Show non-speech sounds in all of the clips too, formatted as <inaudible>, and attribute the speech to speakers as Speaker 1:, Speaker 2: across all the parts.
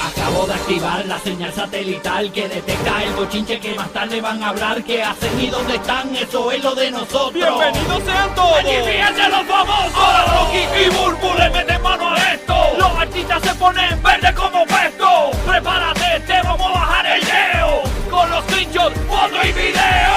Speaker 1: Acabo de activar la señal satelital que detecta el bochinche que más tarde van a hablar. ¿Qué hacen y dónde están? Eso es lo de nosotros.
Speaker 2: ¡Bienvenidos sean todos!
Speaker 1: ¡Allí fíjense los famosos!
Speaker 2: Ahora Rocky y Burbu le meten mano a esto.
Speaker 1: Los artistas se ponen verde como puesto.
Speaker 2: ¡Prepárate, te vamos a bajar el leo! Con los trinchos, foto y video.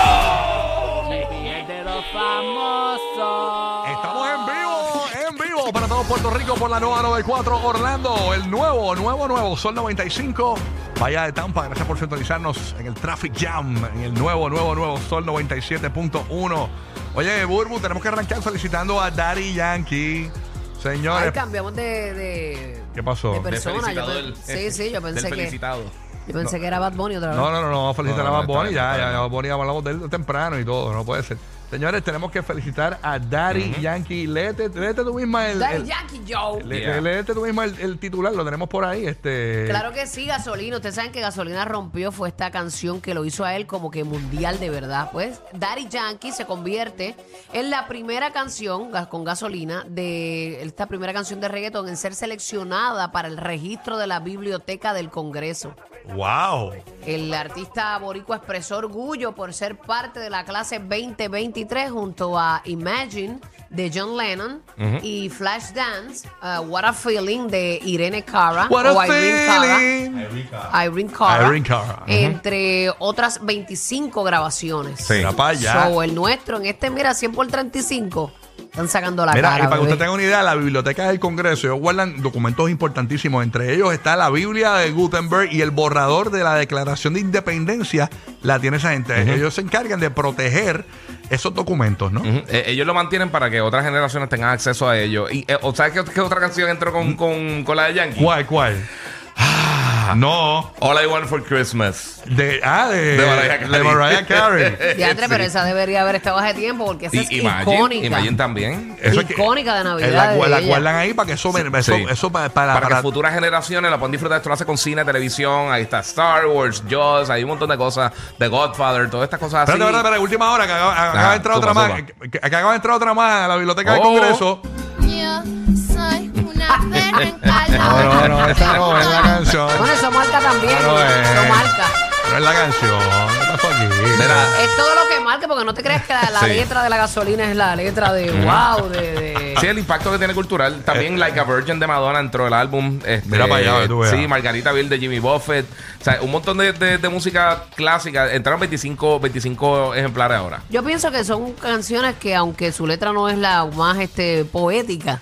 Speaker 1: de los famosos.
Speaker 3: Estamos en vivo, en vivo para todo Puerto Rico por la nueva 94 Orlando, el nuevo, nuevo, nuevo Sol 95. Vaya de Tampa, gracias por sintonizarnos en el Traffic Jam, en el nuevo, nuevo, nuevo Sol 97.1. Oye, Burbu, tenemos que arrancar felicitando a Daddy Yankee.
Speaker 4: Ay,
Speaker 3: Señores,
Speaker 4: cambiamos de, de,
Speaker 3: ¿qué pasó?
Speaker 4: de
Speaker 5: Del
Speaker 4: persona. Yo
Speaker 5: felicitado
Speaker 4: pe- sí, sí, yo
Speaker 5: del
Speaker 4: pensé que
Speaker 5: felicitado.
Speaker 4: yo pensé que era Bad Bunny otra vez.
Speaker 3: No, no, no, no, vamos a felicitar
Speaker 5: No, no,
Speaker 3: a Bad
Speaker 5: está
Speaker 3: Bunny,
Speaker 5: bien,
Speaker 3: ya,
Speaker 5: está
Speaker 3: ya,
Speaker 5: bien.
Speaker 3: ya, Bad Bunny hablamos de él temprano y todo, no puede ser. Señores, tenemos que felicitar a Daddy Yankee. Léete, léete tú misma el...
Speaker 4: Daddy
Speaker 3: el-
Speaker 4: Yankee Joe.
Speaker 3: Le-
Speaker 5: Yeah.
Speaker 3: Léete tú misma el, el titular, lo tenemos por ahí. Este,
Speaker 4: Claro que sí, Gasolina. Ustedes saben que Gasolina rompió fue esta canción que lo hizo a él como que mundial de verdad. Pues Daddy Yankee se convierte en la primera canción ga- con Gasolina de esta primera canción de reggaeton en ser seleccionada para el registro de la biblioteca del Congreso.
Speaker 3: ¡Wow!
Speaker 4: El artista boricua expresó orgullo por ser parte de la clase 2023 junto a Imagine de John Lennon y Flashdance, uh, What a Feeling de Irene Cara
Speaker 3: What a
Speaker 4: Ah, o Irene Cara. Eh,
Speaker 3: feeling.
Speaker 4: Irene Cara,
Speaker 3: Irene Cara, ujú.
Speaker 4: entre otras 25 grabaciones.
Speaker 3: Sí. Mira pa' allá.
Speaker 4: So, el nuestro en este, mira, 100 por 35. Están sacando la
Speaker 3: Mira,
Speaker 4: cara.
Speaker 3: y para que
Speaker 4: bebé.
Speaker 3: usted tenga una idea, la biblioteca del Congreso, ellos guardan documentos importantísimos. Entre ellos está la Biblia de Gutenberg y el borrador de la Declaración de Independencia la tiene esa gente. Ellos se encargan de proteger esos documentos, ¿no?
Speaker 5: Ujú. Eh, ellos lo mantienen para que otras generaciones tengan acceso a ellos. Y, eh, ¿o ¿Sabes qué, qué otra canción entró con, con, con la de Yankee?
Speaker 3: ¿Cuál, cuál? Ah, no.
Speaker 5: All I Want for Christmas.
Speaker 3: De, ah, de,
Speaker 5: De Mariah Carey.
Speaker 3: de Mariah Carey.
Speaker 4: <laughs> Diantre,
Speaker 5: Sí.
Speaker 4: pero esa debería haber estado hace tiempo porque esa es
Speaker 5: Y Imagine,
Speaker 4: icónica.
Speaker 5: Imagine también.
Speaker 3: Eso es que-
Speaker 4: Icónica de Navidad
Speaker 3: La,
Speaker 4: de
Speaker 3: la
Speaker 4: ella.
Speaker 3: guardan ahí para que eso, eso,
Speaker 5: sí.
Speaker 3: eso para,
Speaker 5: Para,
Speaker 3: para-
Speaker 5: que
Speaker 3: para-
Speaker 5: futuras generaciones la puedan disfrutar. Esto lo hace con cine, televisión. Ahí está Star Wars, Jaws. Hay un montón de cosas. The Godfather, todas estas cosas así.
Speaker 3: Espérate, espérate, espérate, última hora, que acaba, acaba
Speaker 5: Ajá,
Speaker 3: de entrar
Speaker 5: zumba,
Speaker 3: otra más.
Speaker 5: zumba.
Speaker 3: Que, que acaba de entrar otra más a la biblioteca del
Speaker 5: Oh.
Speaker 3: Congreso.
Speaker 6: Yo soy una perra en calor.
Speaker 3: <laughs> canción.
Speaker 4: Bueno, eso marca también.
Speaker 3: No es.
Speaker 4: Eso marca.
Speaker 3: <laughs> No es la canción. ¿Qué pasó aquí?
Speaker 5: Mira,
Speaker 4: Es todo lo que marca, porque no te creas que la, la
Speaker 5: Sí.
Speaker 4: letra de la gasolina es la letra de wow, de. de-
Speaker 5: Sí, el impacto que tiene cultural. También Like a Virgin de Madonna entró el álbum. este,
Speaker 3: Este- Mira para allá, tú veas.
Speaker 5: Sí, Margarita Bill de Jimmy Buffett. O sea, un montón de, de- de música clásica. Entraron 25, 25 ejemplares ahora.
Speaker 4: Yo pienso que son canciones que, aunque su letra no es la más este, poética,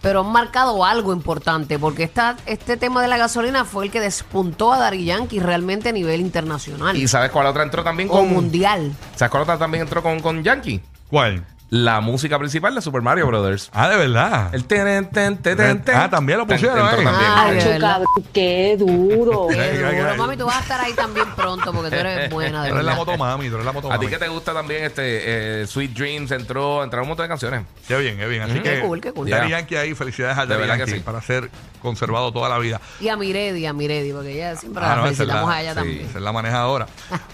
Speaker 4: pero han marcado algo importante, porque esta, este tema de la gasolina fue el que despuntó a Daddy Yankee realmente a nivel internacional
Speaker 5: ¿Y sabes cuál otra entró también
Speaker 4: o
Speaker 5: con...
Speaker 4: mundial.
Speaker 5: ¿Sabes cuál otra también entró con, con Yankee?
Speaker 3: ¿Cuál?
Speaker 5: La música principal de Super Mario Brothers.
Speaker 3: Ah, de verdad.
Speaker 5: El ten, ten, ten, ten, ten.
Speaker 3: Ah, también lo pusieron,
Speaker 5: Entró
Speaker 3: eh.
Speaker 5: también.
Speaker 4: Ay, Ah, de
Speaker 7: Acho,
Speaker 4: verdad.
Speaker 7: cabrón, qué duro.
Speaker 4: Qué
Speaker 3: Ay, ay,
Speaker 4: duro.
Speaker 3: ay.
Speaker 4: Mami, tú vas a estar ahí también pronto, porque tú
Speaker 3: <laughs>
Speaker 4: eres buena, de
Speaker 3: Tú eres la
Speaker 4: verdad.
Speaker 3: motomami, tú eres la motomami.
Speaker 5: A ti que te gusta también este eh, Sweet Dreams entró, entraron un montón de canciones.
Speaker 3: Qué bien, qué bien. Así
Speaker 4: Mm. Qué
Speaker 3: que.
Speaker 4: cool, qué cool.
Speaker 3: Daddy
Speaker 5: Ya.
Speaker 3: Yankee ahí, felicidades
Speaker 5: De
Speaker 3: a Daddy
Speaker 5: verdad que
Speaker 3: Yankee
Speaker 5: sí.
Speaker 3: para ser conservado toda la vida.
Speaker 4: Y a Miredi, a Miredi, porque ella siempre la
Speaker 3: Ah, no, esa es
Speaker 4: felicitamos
Speaker 3: la-
Speaker 4: a ella
Speaker 3: sí,
Speaker 4: también.
Speaker 3: Esa es
Speaker 4: <laughs>
Speaker 3: la manejadora.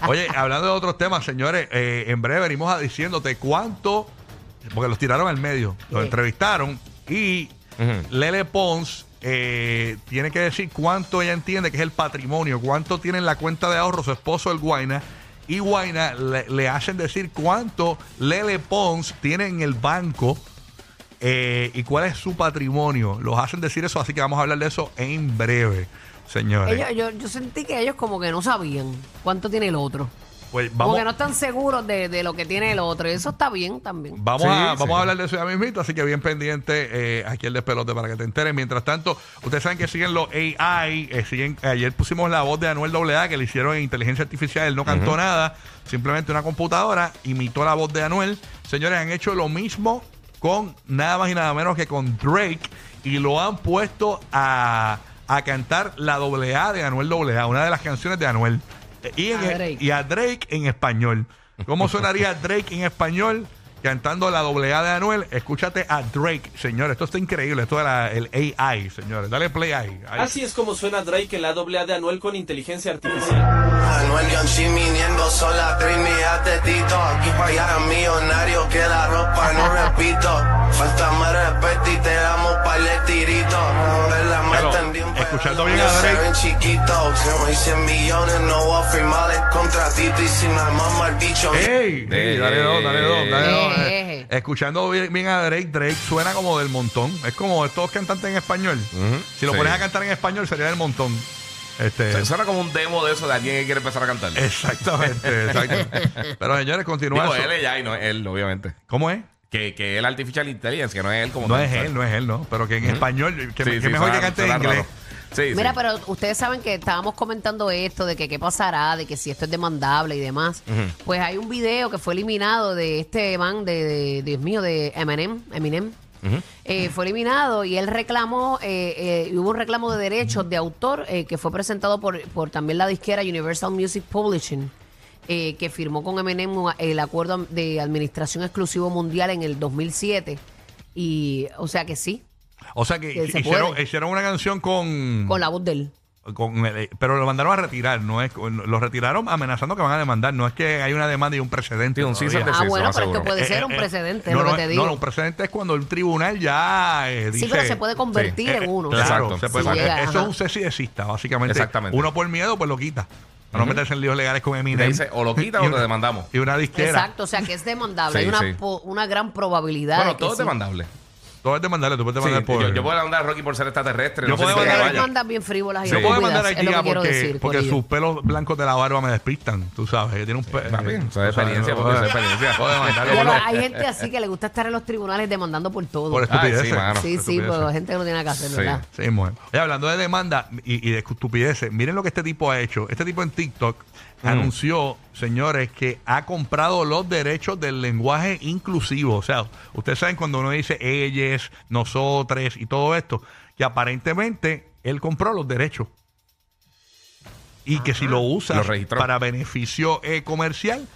Speaker 3: Oye, hablando de otros temas, señores, eh, en breve venimos a diciéndote cuánto, porque los tiraron al medio, los
Speaker 4: Sí.
Speaker 3: entrevistaron y
Speaker 5: Ujú.
Speaker 3: Lele Pons eh, tiene que decir cuánto ella entiende que es el patrimonio, cuánto tiene en la cuenta de ahorro su esposo el Guaina. Y Guaina le, le hacen decir cuánto Lele Pons tiene en el banco eh, y cuál es su patrimonio. Los hacen decir eso, así que vamos a hablar de eso en breve, señores.
Speaker 4: Ellos- yo, yo sentí que ellos como que no sabían cuánto tiene el otro.
Speaker 3: Pues
Speaker 4: Como
Speaker 3: vamos,
Speaker 4: que no están seguros de, de lo que tiene el otro. Y eso está bien también.
Speaker 3: vamos,
Speaker 5: Sí,
Speaker 3: a,
Speaker 5: sí.
Speaker 3: vamos a hablar de eso ya mismito, así que bien pendiente eh, aquí el despelote para que te enteres. Mientras tanto, ustedes saben que siguen los AI, eh, siguen, ayer pusimos la voz de Anuel AA que le hicieron en inteligencia artificial, él no cantó nada, simplemente una computadora imitó la voz de Anuel. Señores, han hecho lo mismo con nada más y nada menos que con Drake y lo han puesto a, a cantar la AA de Anuel AA, una de las canciones de Anuel. Eh, Y, en-
Speaker 4: A Ah, Drake.
Speaker 3: y y a Drake en español.
Speaker 5: <laughs>
Speaker 3: ¿Cómo sonaría Drake en español? Cantando la doble A de Anuel, escúchate a Drake, señores. Esto está increíble, esto era el AI, señores. Dale play ahí. Ahí.
Speaker 2: Así es como suena Drake en la doble A de Anuel con inteligencia artificial.
Speaker 8: Anuel John Chiminiendo son la trinidad de Tito. Aquí para allá millonario que la
Speaker 3: <laughs>
Speaker 8: ropa no repito. Falta más respeto y te damos pa'l de tirito. Ahora la
Speaker 3: Claro,
Speaker 8: meten bien
Speaker 3: es escuchando bien a
Speaker 8: Ellos se
Speaker 3: Drake.
Speaker 8: ven chiquitos, se me dicen millones, no voy a firmar el contratito y si me mama el bicho.
Speaker 3: ¡Ey!
Speaker 5: Eh,
Speaker 3: Ey, dale dos, dale dos, dale
Speaker 4: eh,
Speaker 3: dos.
Speaker 4: eh.
Speaker 3: Escuchando bien, bien a Drake, Drake suena como del montón. Es como estos cantantes en español.
Speaker 5: Ujú,
Speaker 3: Si lo
Speaker 5: sí.
Speaker 3: pones a cantar en español sería del montón. Este,
Speaker 5: Se- Suena como un demo de eso de alguien que quiere empezar a cantar.
Speaker 3: Eh,
Speaker 5: <laughs>
Speaker 3: exactamente, exacto. Pero señores, continúa.
Speaker 5: Digo,
Speaker 3: eso.
Speaker 5: él es ya y no es él, obviamente.
Speaker 3: ¿Cómo es?
Speaker 5: Que, que el Artificial Intelligence, que no es él como
Speaker 3: No
Speaker 5: tal.
Speaker 3: es él, no es él, no. Pero que en español, que,
Speaker 5: Sí,
Speaker 3: que
Speaker 5: sí,
Speaker 3: mejor que
Speaker 5: suena-
Speaker 3: cante en
Speaker 5: suena
Speaker 3: inglés.
Speaker 5: raro. Sí,
Speaker 4: Mira,
Speaker 5: sí.
Speaker 4: pero ustedes saben que estábamos comentando esto, de que qué pasará, de que si esto es demandable y demás. Pues hay un video que fue eliminado de este man de, de- Dios mío, de Eminem. Eminem. Eh, fue eliminado y él reclamó, eh, eh, y hubo un reclamo de derechos de autor eh, que fue presentado por, por también la disquera Universal Music Publishing, eh, que firmó con Eminem el acuerdo de administración exclusivo mundial en el 2007. Y, o sea que sí,
Speaker 3: O sea que,
Speaker 4: Que se
Speaker 3: hicieron,
Speaker 4: puede.
Speaker 3: hicieron una canción con.
Speaker 4: con la voz de él.
Speaker 3: con el- pero lo mandaron a retirar, no es lo retiraron amenazando que van a demandar, no es que hay una demanda y un precedente.
Speaker 5: Sí, un cease and
Speaker 3: todavía.
Speaker 5: desist.
Speaker 4: Ah,
Speaker 5: sí,
Speaker 4: bueno,
Speaker 5: eso
Speaker 4: pero es
Speaker 5: seguro.
Speaker 4: que puede
Speaker 3: Eh,
Speaker 4: ser un
Speaker 3: eh,
Speaker 4: precedente,
Speaker 3: no,
Speaker 4: es lo
Speaker 3: no,
Speaker 4: que te
Speaker 3: no,
Speaker 4: digo.
Speaker 3: no, un precedente es cuando el tribunal ya eh, dice.
Speaker 4: sí, pero se puede convertir
Speaker 5: sí,
Speaker 3: eh,
Speaker 4: en uno.
Speaker 3: Claro,
Speaker 5: Exacto,
Speaker 3: se puede
Speaker 5: sí,
Speaker 3: convertir.
Speaker 4: llega,
Speaker 3: Eso es
Speaker 4: ajá.
Speaker 3: un cese y desista, básicamente.
Speaker 5: Exactamente.
Speaker 3: Uno por miedo, pues lo quita. Para no meterse en líos legales con
Speaker 5: Y le
Speaker 3: Eminem.
Speaker 5: dice, o lo quita
Speaker 3: Y
Speaker 5: o
Speaker 3: una-
Speaker 5: lo demandamos.
Speaker 3: Y una disquera.
Speaker 4: Exacto, o sea que es demandable.
Speaker 5: Sí,
Speaker 4: Hay una,
Speaker 5: sí.
Speaker 4: po- una gran probabilidad.
Speaker 5: Bueno,
Speaker 4: de que
Speaker 5: todo es
Speaker 4: sí.
Speaker 5: demandable.
Speaker 3: Tú puedes demandarle, tú puedes
Speaker 5: Sí,
Speaker 3: demandar por.
Speaker 5: yo, yo puedo mandar a Rocky por ser extraterrestre.
Speaker 3: Yo
Speaker 5: no sé
Speaker 3: puedo
Speaker 5: si se
Speaker 3: mandar a
Speaker 4: Ustedes
Speaker 5: vaya.
Speaker 4: mandan bien frívolas y
Speaker 5: Sí.
Speaker 3: Yo puedo mandar a
Speaker 4: descuidadas, es lo
Speaker 3: Giga
Speaker 4: que quiero
Speaker 3: porque,
Speaker 4: decir,
Speaker 3: porque
Speaker 4: corillo.
Speaker 3: sus pelos blancos de la barba me despistan, tú sabes. que Tiene un pe-
Speaker 5: papi,
Speaker 3: eh,
Speaker 5: eso es
Speaker 3: tú sabes,
Speaker 5: experiencia,
Speaker 3: no
Speaker 5: papi, eso es
Speaker 3: puedo-
Speaker 5: experiencia.
Speaker 3: puedo demandarlo
Speaker 4: Pero
Speaker 3: por-
Speaker 4: hay gente así que le gusta estar en los tribunales demandando por todo.
Speaker 3: eh, por estupideces.
Speaker 5: Ay, sí, mano.
Speaker 4: sí, sí,
Speaker 3: estupideces.
Speaker 4: pero gente que no tiene nada que hacer,
Speaker 5: Sí.
Speaker 4: ¿verdad?
Speaker 3: Sí, mujer. Oye, hablando de demanda y, y de estupideces, miren lo que este tipo ha hecho. Este tipo en TikTok anunció, señores, que ha comprado los derechos del lenguaje inclusivo. O sea, ustedes saben cuando uno dice ellas, nosotres y todo esto, que aparentemente él compró los derechos. Y que si lo usa
Speaker 5: Lo registró.
Speaker 3: para beneficio eh, comercial,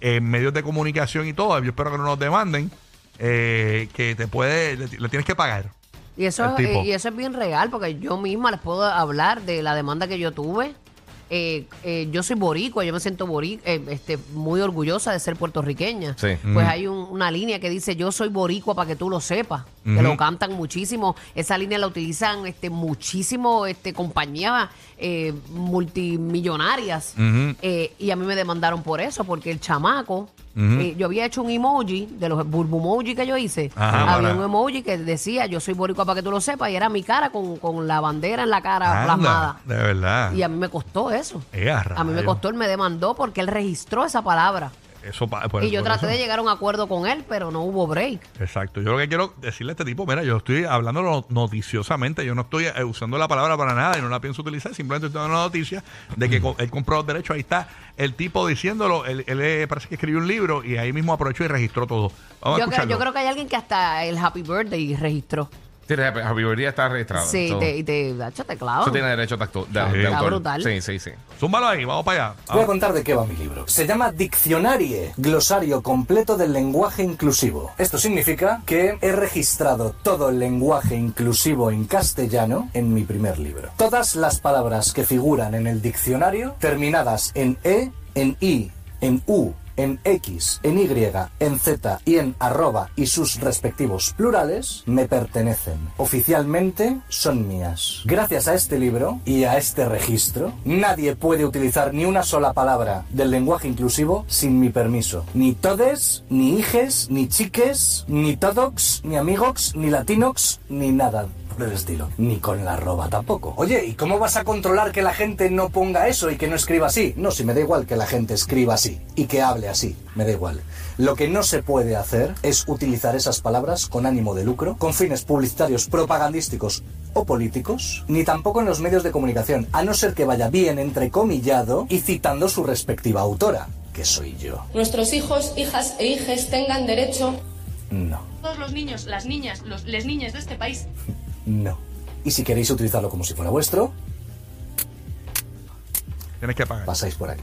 Speaker 3: en medios de comunicación y todo, yo espero que no nos demanden, eh, que te puede, le- le tienes que pagar.
Speaker 4: Y eso,
Speaker 3: El tipo.
Speaker 4: eh, y eso es bien real, porque yo misma les puedo hablar de la demanda que yo tuve. Eh, eh, yo soy boricua, yo me siento bori- eh, este, muy orgullosa de ser puertorriqueña.
Speaker 5: Sí.
Speaker 4: Pues hay un- una línea que dice yo soy boricua para que tú lo sepas, que lo cantan muchísimo. Esa línea la utilizan este, muchísimo este, compañías eh, multimillonarias. Eh, y a mí me demandaron por eso, porque el chamaco, eh, yo había hecho un emoji de los burbumoji que yo hice.
Speaker 3: Ajá,
Speaker 4: había
Speaker 3: para-
Speaker 4: un emoji que decía yo soy boricua para que tú lo sepas y era mi cara con, con la bandera en la cara
Speaker 3: Anda,
Speaker 4: plasmada.
Speaker 3: De verdad.
Speaker 4: Y a mí me costó eso.
Speaker 3: Eh, a
Speaker 4: A mí me
Speaker 3: rayos.
Speaker 4: costó, él me demandó porque él registró esa palabra.
Speaker 3: Eso pa- por-
Speaker 4: y yo
Speaker 3: Pues por
Speaker 4: traté
Speaker 3: eso.
Speaker 4: de llegar a un acuerdo con él, pero no hubo break.
Speaker 3: Exacto. Yo lo que quiero decirle a este tipo, mira, yo estoy hablando no- noticiosamente, yo no estoy eh, usando la palabra para nada y no la pienso utilizar, simplemente estoy dando una noticia de que co- él compró los derechos, ahí está el tipo diciéndolo, él, él, eh, parece que escribió un libro y ahí mismo aprovechó y registró todo. Vamos a
Speaker 4: Yo, creo-
Speaker 3: escucharlo.
Speaker 4: yo creo que hay alguien que hasta el Happy Birthday registró.
Speaker 5: Sí, la viviría está registrado.
Speaker 4: sí,
Speaker 5: Eso-
Speaker 4: te, y te, dacho, te clavo.
Speaker 5: Eso tiene derecho tactu- de, de
Speaker 4: Está
Speaker 5: autor.
Speaker 4: brutal.
Speaker 5: Sí, sí,
Speaker 3: Eh.
Speaker 5: sí.
Speaker 3: Zúmbalo ahí, vamos para allá.
Speaker 9: Voy a contar de qué va mi libro. Se llama Diccionarie, glosario completo del lenguaje inclusivo. Esto significa que he registrado todo el lenguaje inclusivo en castellano en mi primer libro. Todas las palabras que figuran en el diccionario, terminadas en e, en i, en u, en X, en Y, en Z y en arroba y sus respectivos plurales me pertenecen. Oficialmente son mías. Gracias a este libro y a este registro, nadie puede utilizar ni una sola palabra del lenguaje inclusivo sin mi permiso. Ni todes, ni hijes, ni chiques, ni todox, ni amigox, ni latinox, ni nada por el estilo. Ni con la arroba tampoco. Oye, ¿y cómo vas a controlar que la gente no ponga eso y que no escriba así? No, si me da igual que la gente escriba así y que hable así, me da igual. Lo que no se puede hacer es utilizar esas palabras con ánimo de lucro, con fines publicitarios, propagandísticos o políticos, ni tampoco en los medios de comunicación, a no ser que vaya bien entrecomillado y citando su respectiva autora, que soy yo.
Speaker 10: Nuestros hijos, hijas e hijes tengan derecho.
Speaker 9: No.
Speaker 10: Todos los niños, las niñas, los, les niñas de este país
Speaker 9: No. Y si queréis utilizarlo como si fuera vuestro,
Speaker 3: Tienes que pagar.
Speaker 9: pasáis por aquí.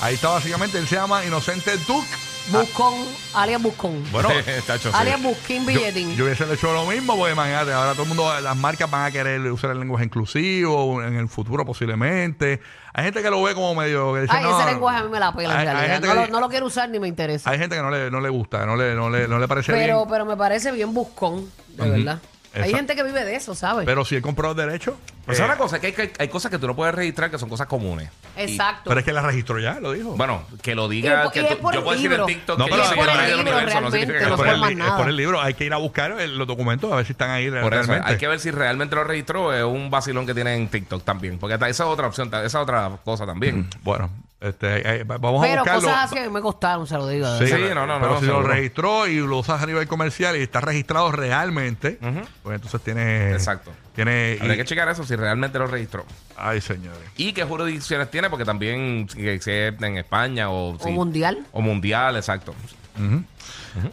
Speaker 3: Ahí está básicamente, él se llama Inocente Duke.
Speaker 4: Buscón, alias Buscón.
Speaker 3: ah. <laughs> Bueno,
Speaker 5: Chacho, sí.
Speaker 4: alias Busquín Billetín.
Speaker 3: Yo hubiese hecho lo mismo, porque imagínate, ahora todo el mundo, las marcas van a querer usar el lenguaje inclusivo en el futuro posiblemente. Hay gente que lo ve como medio... que dice,
Speaker 4: Ay,
Speaker 3: "No,
Speaker 4: ese lenguaje a mí me la pela en
Speaker 3: hay- hay
Speaker 4: realidad.
Speaker 3: gente
Speaker 4: No,
Speaker 3: que
Speaker 4: lo,
Speaker 3: di-
Speaker 4: no lo quiero usar ni me interesa.
Speaker 3: Hay gente que no le, no le gusta, no le, no le, no le parece
Speaker 4: pero, pues.
Speaker 3: bien.
Speaker 4: pero me parece bien buscón, de verdad. Hay
Speaker 3: Exacto.
Speaker 4: gente que vive de eso, ¿sabes?
Speaker 3: Pero si he comprado derecho.
Speaker 5: Pues
Speaker 3: eh,
Speaker 5: es una cosa, que hay, que hay cosas que tú no puedes registrar que son cosas comunes.
Speaker 4: Exacto.
Speaker 3: Pero es que la registro ya, lo dijo.
Speaker 5: Bueno, que lo
Speaker 4: Y
Speaker 5: diga.
Speaker 4: es-
Speaker 5: que
Speaker 4: y es
Speaker 5: tú-
Speaker 4: por
Speaker 5: yo
Speaker 4: el
Speaker 5: puedo decir
Speaker 4: libro.
Speaker 5: en TikTok
Speaker 3: No,
Speaker 5: que
Speaker 3: pero
Speaker 5: yo soy
Speaker 3: es por el
Speaker 5: millonario,
Speaker 4: libro,
Speaker 5: pero eso no significa que
Speaker 4: realmente, no
Speaker 3: es,
Speaker 5: lo sea.
Speaker 3: por
Speaker 4: por
Speaker 3: el,
Speaker 4: más
Speaker 3: li-
Speaker 4: nada.
Speaker 3: es por el libro, hay que ir a buscar el- los documentos a ver si están ahí
Speaker 5: Por eso,
Speaker 3: realmente.
Speaker 5: hay que ver si realmente lo registró es un vacilón que tiene en TikTok también. Porque hasta esa es otra opción, ta- esa es otra cosa también.
Speaker 3: Bueno, este, eh, va- vamos a
Speaker 4: Pero
Speaker 3: buscarlo.
Speaker 4: cosas así que me costaron, se lo digo. de
Speaker 3: Sí,
Speaker 4: verdad.
Speaker 5: Sí, no, no,
Speaker 3: pero
Speaker 5: no,
Speaker 3: si lo
Speaker 5: seguro.
Speaker 3: registró y lo usas a nivel comercial y está registrado realmente, pues entonces tiene.
Speaker 5: Exacto.
Speaker 3: Tiene.
Speaker 5: Habría
Speaker 3: y-
Speaker 5: que checar eso si realmente lo registró.
Speaker 3: ay, señores.
Speaker 5: Y qué jurisdicciones tiene, porque también si si es en España o, si-
Speaker 4: mundial.
Speaker 5: O mundial, exacto.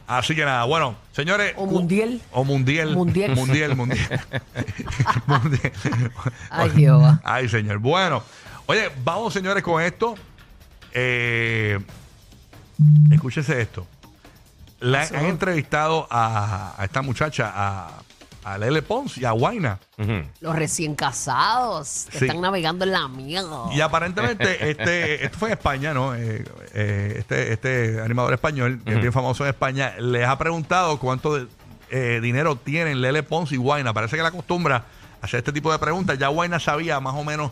Speaker 3: Así que nada, bueno, señores.
Speaker 4: O
Speaker 3: cu-
Speaker 4: mundial.
Speaker 3: O mundial.
Speaker 4: Mundial. <laughs>
Speaker 3: Mundial, mundial. Mundial.
Speaker 4: Ay, Jehová.
Speaker 3: Ay, señor. Bueno, oye, vamos, señores, con esto. Eh, escúchese esto. La, han entrevistado a, a esta muchacha, a, a Lele Pons y a Guaina.
Speaker 5: Ujú.
Speaker 4: Los recién casados que
Speaker 3: Sí.
Speaker 4: están navegando en la mierda.
Speaker 3: Y
Speaker 4: <laughs>
Speaker 3: aparentemente, este, esto fue en España, ¿no? Eh, eh, este, este animador español, que es bien famoso en España, les ha preguntado cuánto de- eh, dinero tienen Lele Pons y Guaina. Parece que la acostumbra hacer este tipo de preguntas. Ya Guaina sabía más o menos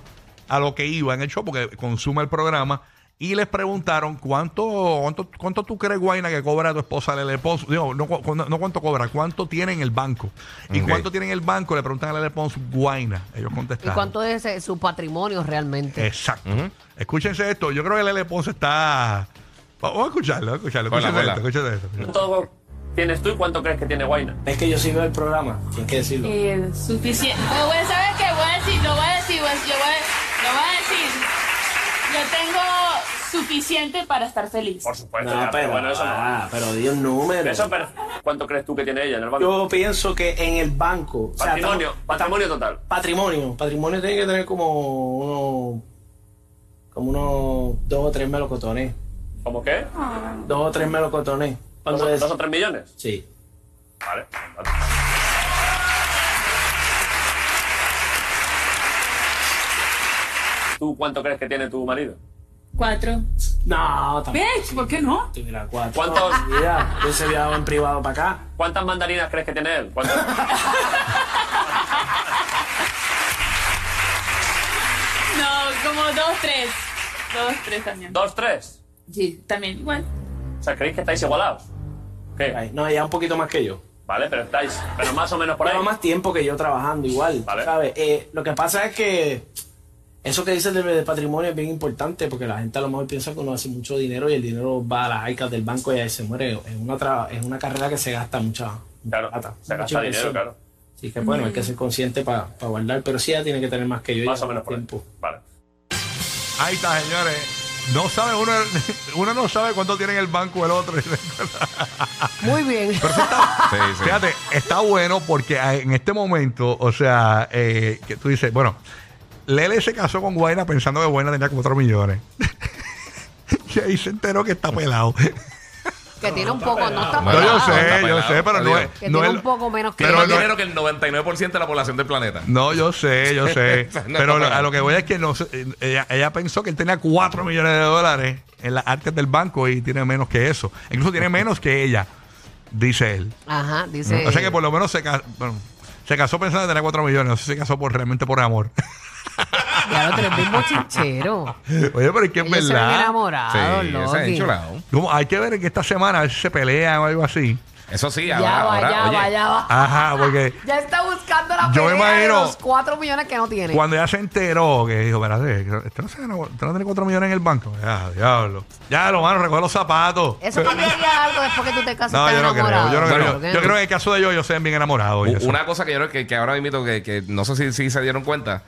Speaker 3: a lo que iba en el show, porque consume el programa. Y les preguntaron cuánto, cuánto, cuánto tú crees, Guaina, que cobra tu esposa Lele Pons. Digo, no, cu- no cuánto cobra, cuánto tiene en el banco. Y
Speaker 5: Ok.
Speaker 3: cuánto tiene en el banco, le preguntan a Lele Pons, Guaina. Ellos
Speaker 4: ¿Y
Speaker 3: contestaron.
Speaker 4: cuánto es eh, su patrimonio realmente?
Speaker 3: Exacto. Escúchense esto. Yo creo que Lele Ponce está. Vamos a escucharlo, vamos a escucharlo.
Speaker 5: Hola,
Speaker 3: Escúchense
Speaker 5: hola.
Speaker 3: esto, escúchense esto.
Speaker 2: ¿Cuánto tienes tú y cuánto crees que tiene Guaina?
Speaker 9: Es que yo sí veo el programa, hay que decirlo.
Speaker 10: Eh, Suficiente. Bueno, ¿sabes qué? Voy a decir, lo voy a decir, pues, yo voy a- lo voy a decir. Yo tengo suficiente para estar feliz.
Speaker 2: Por supuesto. ya, pero bueno, eso no.
Speaker 9: ah, pero di un número.
Speaker 2: Eso, pero, ¿Cuánto crees tú que tiene ella en el banco?
Speaker 9: Yo pienso que en el banco. o sea,
Speaker 2: Patrimonio, patrimonio total.
Speaker 9: estamos- patrimonio. Patrimonio tiene que tener como unos. Como unos dos o tres melocotones.
Speaker 2: ¿Cómo qué?
Speaker 9: Dos o tres melocotones. Cuando
Speaker 2: ¿Dos,
Speaker 9: es.
Speaker 2: dos o tres millones?
Speaker 9: Sí.
Speaker 2: Vale. ¿Tú cuánto crees que tiene tu marido?
Speaker 10: Cuatro.
Speaker 9: No, tampoco.
Speaker 10: ¿Ves? ¿Por qué no?
Speaker 9: Mira, cuatro.
Speaker 2: ¿Cuántos,
Speaker 9: <laughs> Mira, yo se había dado en privado para acá.
Speaker 2: ¿Cuántas mandarinas crees que tiene él?
Speaker 10: <laughs>
Speaker 2: ¿Cuántas?
Speaker 10: No, como dos, tres. Dos, tres también.
Speaker 2: ¿Dos, tres?
Speaker 10: Sí, también igual.
Speaker 2: O sea, ¿creéis que estáis igualados? ¿Qué?
Speaker 9: Ay, No, ella un poquito más que yo.
Speaker 2: Vale, pero estáis, pero más o menos por ahí.
Speaker 9: Lleva más tiempo que yo trabajando igual,
Speaker 2: Vale.
Speaker 9: ¿sabes? Eh, lo que pasa es que eso que dices de, de patrimonio es bien importante porque la gente a lo mejor piensa que uno hace mucho dinero y el dinero va a las arcas del banco y ahí se muere. Es una, tra- es una carrera que se gasta mucha mucha
Speaker 2: Claro,
Speaker 9: plata,
Speaker 2: se
Speaker 9: mucha
Speaker 2: gasta dinero,
Speaker 9: inversión.
Speaker 2: claro.
Speaker 9: Así que bueno, hay que ser consciente para guardar, pero sí ella tiene que tener más que yo.
Speaker 2: Más
Speaker 9: ya
Speaker 2: o menos por ahí.
Speaker 9: tiempo.
Speaker 2: Vale.
Speaker 3: Ahí está, señores. No sabe uno, <laughs> uno no sabe cuánto tiene en el banco el otro. <laughs>
Speaker 4: Muy bien.
Speaker 5: Sí, sí.
Speaker 3: <laughs> Fíjate, está bueno porque a- en este momento, o sea, eh, que tú dices, bueno, Lele se casó con Guaina pensando que Guaina tenía 4 millones. <laughs> y ahí se enteró que está pelado.
Speaker 4: <laughs> que tiene un poco, no está
Speaker 5: Bueno,
Speaker 3: No,
Speaker 4: pagado.
Speaker 3: yo
Speaker 5: está
Speaker 3: sé, yo
Speaker 5: pelado,
Speaker 3: sé, pero
Speaker 5: está
Speaker 3: no es.
Speaker 5: bien.
Speaker 4: Que
Speaker 3: no
Speaker 4: tiene
Speaker 3: es-
Speaker 4: un poco menos que
Speaker 5: Tiene
Speaker 3: Pero
Speaker 5: más
Speaker 3: no-
Speaker 5: dinero que el 99% de la población del planeta.
Speaker 3: No, yo sé,
Speaker 5: <laughs>
Speaker 3: yo sé.
Speaker 5: No,
Speaker 3: pero
Speaker 5: no,
Speaker 3: lo-
Speaker 5: no.
Speaker 3: a lo que voy es que no sé, eh, ella, ella pensó que él tenía 4 millones de dólares en las artes del banco y tiene menos que eso.
Speaker 5: <laughs>
Speaker 3: Incluso tiene menos que ella, dice él.
Speaker 4: Ajá, dice.
Speaker 3: O sea que por lo menos se, ca- bueno, se casó pensando en tener 4 millones. No sé si se casó por, realmente por amor. <laughs>
Speaker 4: Ya lo tenés bien bochinchero.
Speaker 3: Oye, pero es que es
Speaker 4: Ellos se ven
Speaker 3: verdad.
Speaker 4: enamorados,
Speaker 5: Sí,
Speaker 4: Loki.
Speaker 5: ese es enchulado.
Speaker 3: Como, hay que ver que esta semana a ver si se pelean o algo así.
Speaker 5: Eso sí,
Speaker 4: Ya
Speaker 5: ahora,
Speaker 4: va,
Speaker 5: ahora,
Speaker 4: ya
Speaker 5: oye,
Speaker 4: va, ya va. <laughs>
Speaker 3: Ajá, porque
Speaker 4: Ya está buscando la
Speaker 3: Yo me
Speaker 4: pelea
Speaker 3: imagino-
Speaker 4: de los 4 millones que no tiene.
Speaker 3: cuando ella se enteró que dijo, espérate, este no, se ganó- este no tiene 4 millones en el banco. Ya, diablo. Ya, lo mano, recoge los zapatos.
Speaker 4: Eso cambiaría algo después que tú te casas.
Speaker 3: No,
Speaker 4: estás
Speaker 3: yo no creo.
Speaker 4: enamorado.
Speaker 3: Yo, no
Speaker 5: Bueno,
Speaker 3: creo. yo creo que en el caso de ellos, ellos sean bien enamorados. y
Speaker 5: u-
Speaker 3: eso.
Speaker 5: una cosa que yo creo que, que ahora mismo que, que no sé si, si se dieron cuenta.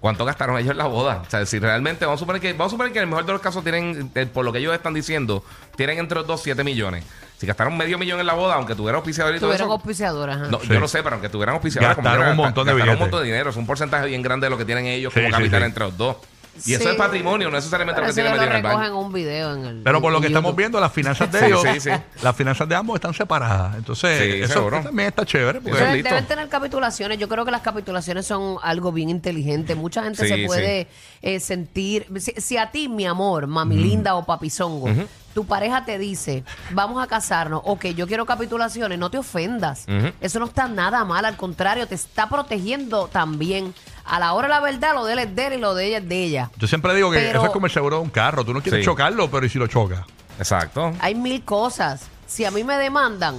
Speaker 5: ¿Cuánto gastaron ellos en la boda? O sea, si realmente, vamos a suponer que, vamos a suponer que en el mejor de los casos tienen, eh, por lo que ellos están diciendo, tienen entre los dos 7 millones. Si gastaron medio millón en la boda, aunque tuvieran auspiciadores y todo
Speaker 4: Tuvieron
Speaker 5: eso,
Speaker 4: auspiciadoras. ajá.
Speaker 5: No,
Speaker 3: Sí.
Speaker 5: Yo no sé, pero aunque tuvieran auspiciadores, como
Speaker 3: Gastaron
Speaker 5: quiera,
Speaker 3: un
Speaker 5: gasta-
Speaker 3: montón de
Speaker 5: gastaron un
Speaker 3: billetes.
Speaker 5: montón de dinero. Es un porcentaje bien grande de lo que tienen ellos
Speaker 3: Sí,
Speaker 5: como
Speaker 3: sí,
Speaker 5: capital
Speaker 3: sí.
Speaker 5: entre los dos. Y eso
Speaker 4: Sí.
Speaker 5: es patrimonio, no necesariamente
Speaker 4: Pero
Speaker 5: lo que tiene
Speaker 4: eso
Speaker 5: metido
Speaker 4: ellos lo
Speaker 5: en el
Speaker 4: recogen
Speaker 5: banco.
Speaker 4: en un video en el.
Speaker 3: Pero por lo
Speaker 4: en
Speaker 3: que estamos
Speaker 4: YouTube.
Speaker 3: viendo, las finanzas de
Speaker 5: Sí,
Speaker 3: ellos,
Speaker 5: sí, sí.
Speaker 3: las finanzas de ambos están separadas. Entonces,
Speaker 5: Sí,
Speaker 3: eso
Speaker 5: seguro.
Speaker 3: también está chévere. Porque
Speaker 5: Eso es
Speaker 4: Deben,
Speaker 5: listo.
Speaker 4: deben tener capitulaciones. Yo creo que las capitulaciones son algo bien inteligente. Mucha gente
Speaker 5: Sí,
Speaker 4: se puede eh, sentir. Si, si a ti, mi amor, mami linda o papizongo, tu pareja te dice, vamos a casarnos, ok, yo quiero capitulaciones, no te ofendas. Eso no está nada mal, al contrario, te está protegiendo también. A la hora de la verdad, lo de él es de él y lo de ella es de ella.
Speaker 3: yo siempre digo que
Speaker 4: Pero-
Speaker 3: eso es como el seguro de un carro. Tú no quieres
Speaker 5: Sí.
Speaker 3: chocarlo, pero ¿y si lo chocas?
Speaker 5: Exacto.
Speaker 4: Hay mil cosas. Si a mí me demandan,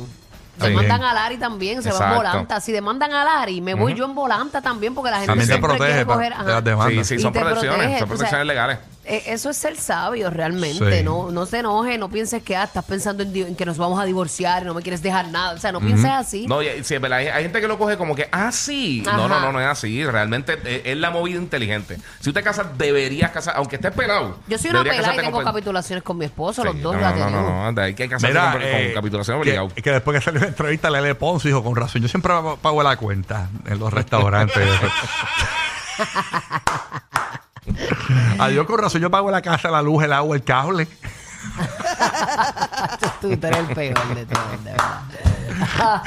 Speaker 3: Está bien.
Speaker 4: demandan a Lari también, se va en
Speaker 5: Exacto.
Speaker 4: volanta. Si demandan a Lari, me voy yo en volanta también, porque la gente
Speaker 3: También te
Speaker 4: siempre
Speaker 3: protege
Speaker 4: quiere
Speaker 3: pa-
Speaker 4: coger-
Speaker 3: de
Speaker 4: ajá.
Speaker 3: las demandas.
Speaker 5: Sí, sí,
Speaker 4: Y
Speaker 5: son
Speaker 4: te
Speaker 5: protecciones,
Speaker 4: protege,
Speaker 5: son
Speaker 4: tú
Speaker 5: protecciones
Speaker 4: sabes.
Speaker 5: legales.
Speaker 4: Eh, Eso es ser sabio realmente,
Speaker 3: Sí.
Speaker 4: no no se enoje, no pienses que ah, estás pensando en, di- en que nos vamos a divorciar, y no me quieres dejar nada, o sea, no pienses así.
Speaker 5: No, y- y siempre hay, hay gente que lo coge como que, ah, sí. No,
Speaker 4: Ajá.
Speaker 5: no, no, no es así. Realmente eh, es la movida inteligente. Si usted casa, deberías casar, aunque esté pelado.
Speaker 4: Yo soy una
Speaker 5: deberías
Speaker 4: pelada y
Speaker 5: casarte
Speaker 4: tengo
Speaker 5: con-
Speaker 4: capitulaciones con mi esposo,
Speaker 5: Sí,
Speaker 4: los dos
Speaker 5: no,
Speaker 4: la
Speaker 5: no, no,
Speaker 4: tenemos.
Speaker 5: no, anda, hay que casarse
Speaker 3: Mira,
Speaker 5: con, con
Speaker 3: eh,
Speaker 5: capitulación
Speaker 3: que-
Speaker 5: obligado.
Speaker 3: Que, después que salió la entrevista, Lele Ponce dijo, con razón, yo siempre pago la cuenta en los restaurantes.
Speaker 5: <laughs>
Speaker 3: <laughs> Adiós, con razón, yo pago la casa, la luz, el agua, el cable.
Speaker 4: Tú, tú eres el peor de todos, de verdad.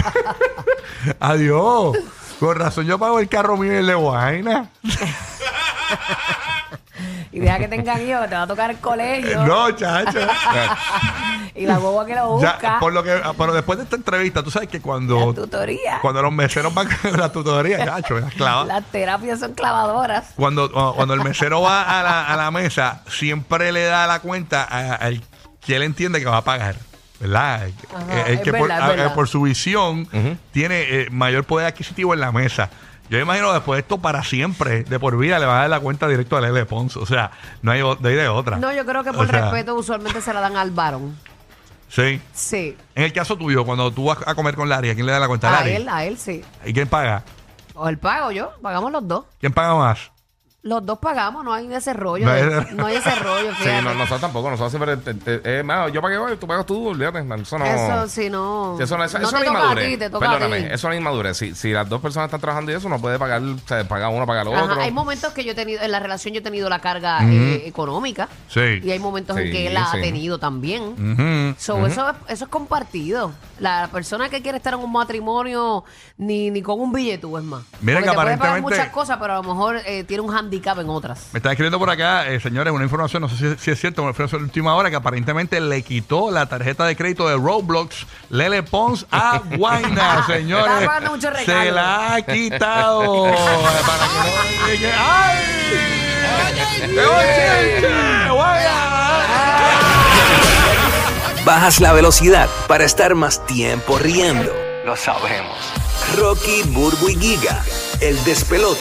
Speaker 3: <laughs> Adiós. Con razón, yo pago el carro mío y el de Guaina.
Speaker 4: Y deja que tengan hijos, que te va a tocar el colegio
Speaker 3: <laughs> No, chacho.
Speaker 4: y la boba que lo
Speaker 3: Ya,
Speaker 4: busca.
Speaker 3: por lo que, pero después de esta entrevista, tú sabes que cuando,
Speaker 4: La tutoría.
Speaker 3: cuando los meseros van <laughs> a la tutoría, chacho, las clavas.
Speaker 4: Las terapias son clavadoras.
Speaker 3: Cuando, cu- cuando el mesero va a la, a la mesa, siempre le da la cuenta a- al que él entiende que va a pagar. ¿Verdad? El-
Speaker 4: Ajá,
Speaker 3: el
Speaker 4: es
Speaker 3: que por,
Speaker 4: verdad, es
Speaker 3: a- a-
Speaker 4: verdad.
Speaker 3: por su visión tiene eh, mayor poder adquisitivo en la mesa. Yo imagino después de esto para siempre, de por vida, le van a dar la cuenta directo a Lele Ponce. O sea, no hay, o- no hay de otra.
Speaker 4: No, yo creo que
Speaker 3: Ah. O
Speaker 4: por
Speaker 3: sea,
Speaker 4: respeto usualmente se la dan al varón.
Speaker 3: Sí.
Speaker 4: Sí.
Speaker 3: En el caso tuyo, cuando tú vas a comer con Larry, ¿a quién le da la cuenta?
Speaker 4: A
Speaker 3: Larry.
Speaker 4: él, a él sí.
Speaker 3: ¿Y quién paga?
Speaker 4: O él paga o yo, pagamos los dos.
Speaker 3: ¿Quién paga más?
Speaker 4: Los dos pagamos, no hay ese rollo.
Speaker 3: No
Speaker 4: de-
Speaker 3: hay
Speaker 4: No hay,
Speaker 3: ese-
Speaker 4: ese rollo,
Speaker 5: Sí,
Speaker 4: fíjate.
Speaker 5: no, nosotros tampoco, nosotros siempre. te- te- eh, mano, yo pagué hoy, tú pagas tú, olvídate. man, Eso no.
Speaker 4: Eso sí, no.
Speaker 5: Eso no, eso, eso
Speaker 4: no te
Speaker 5: no es
Speaker 4: toca
Speaker 5: inmadurez.
Speaker 4: a ti, te toca a
Speaker 5: Perdóname,
Speaker 4: ti.
Speaker 5: eso no es inmadurez. Si, si las dos personas están trabajando y eso, no puede pagar, o sea, paga uno, paga el
Speaker 4: Ajá,
Speaker 5: otro.
Speaker 4: Hay momentos que yo he tenido, en la relación yo he tenido la carga eh, económica.
Speaker 3: Sí.
Speaker 4: Y hay momentos en
Speaker 5: Sí,
Speaker 4: que él la
Speaker 5: sí.
Speaker 4: ha tenido también.
Speaker 3: Ujú.
Speaker 4: So, eso, es- eso es compartido. La persona que quiere estar en un matrimonio ni, ni con un billete, es más.
Speaker 3: Mira
Speaker 4: Porque te
Speaker 3: que
Speaker 4: puede pagar
Speaker 3: aparentemente-
Speaker 4: muchas cosas, pero a lo mejor eh, tiene un handicap en otras.
Speaker 3: Me están escribiendo por acá, eh, señores, una información, no sé si, si es cierto, me ofreció en última hora que aparentemente le quitó la tarjeta de crédito de Roblox Lele Pons
Speaker 4: <laughs>
Speaker 3: a Guayna,
Speaker 4: Está
Speaker 3: señores.
Speaker 4: pagando mucho regalo.
Speaker 3: Se la
Speaker 4: <laughs>
Speaker 3: ha quitado. Eh, para que no digan que- ¡Ay! ¡Oye, che,
Speaker 4: Ah,
Speaker 3: Guayna!
Speaker 11: Bajas la velocidad para estar más tiempo riendo. Lo sabemos. Rocky, Burbu y Giga, el despelote.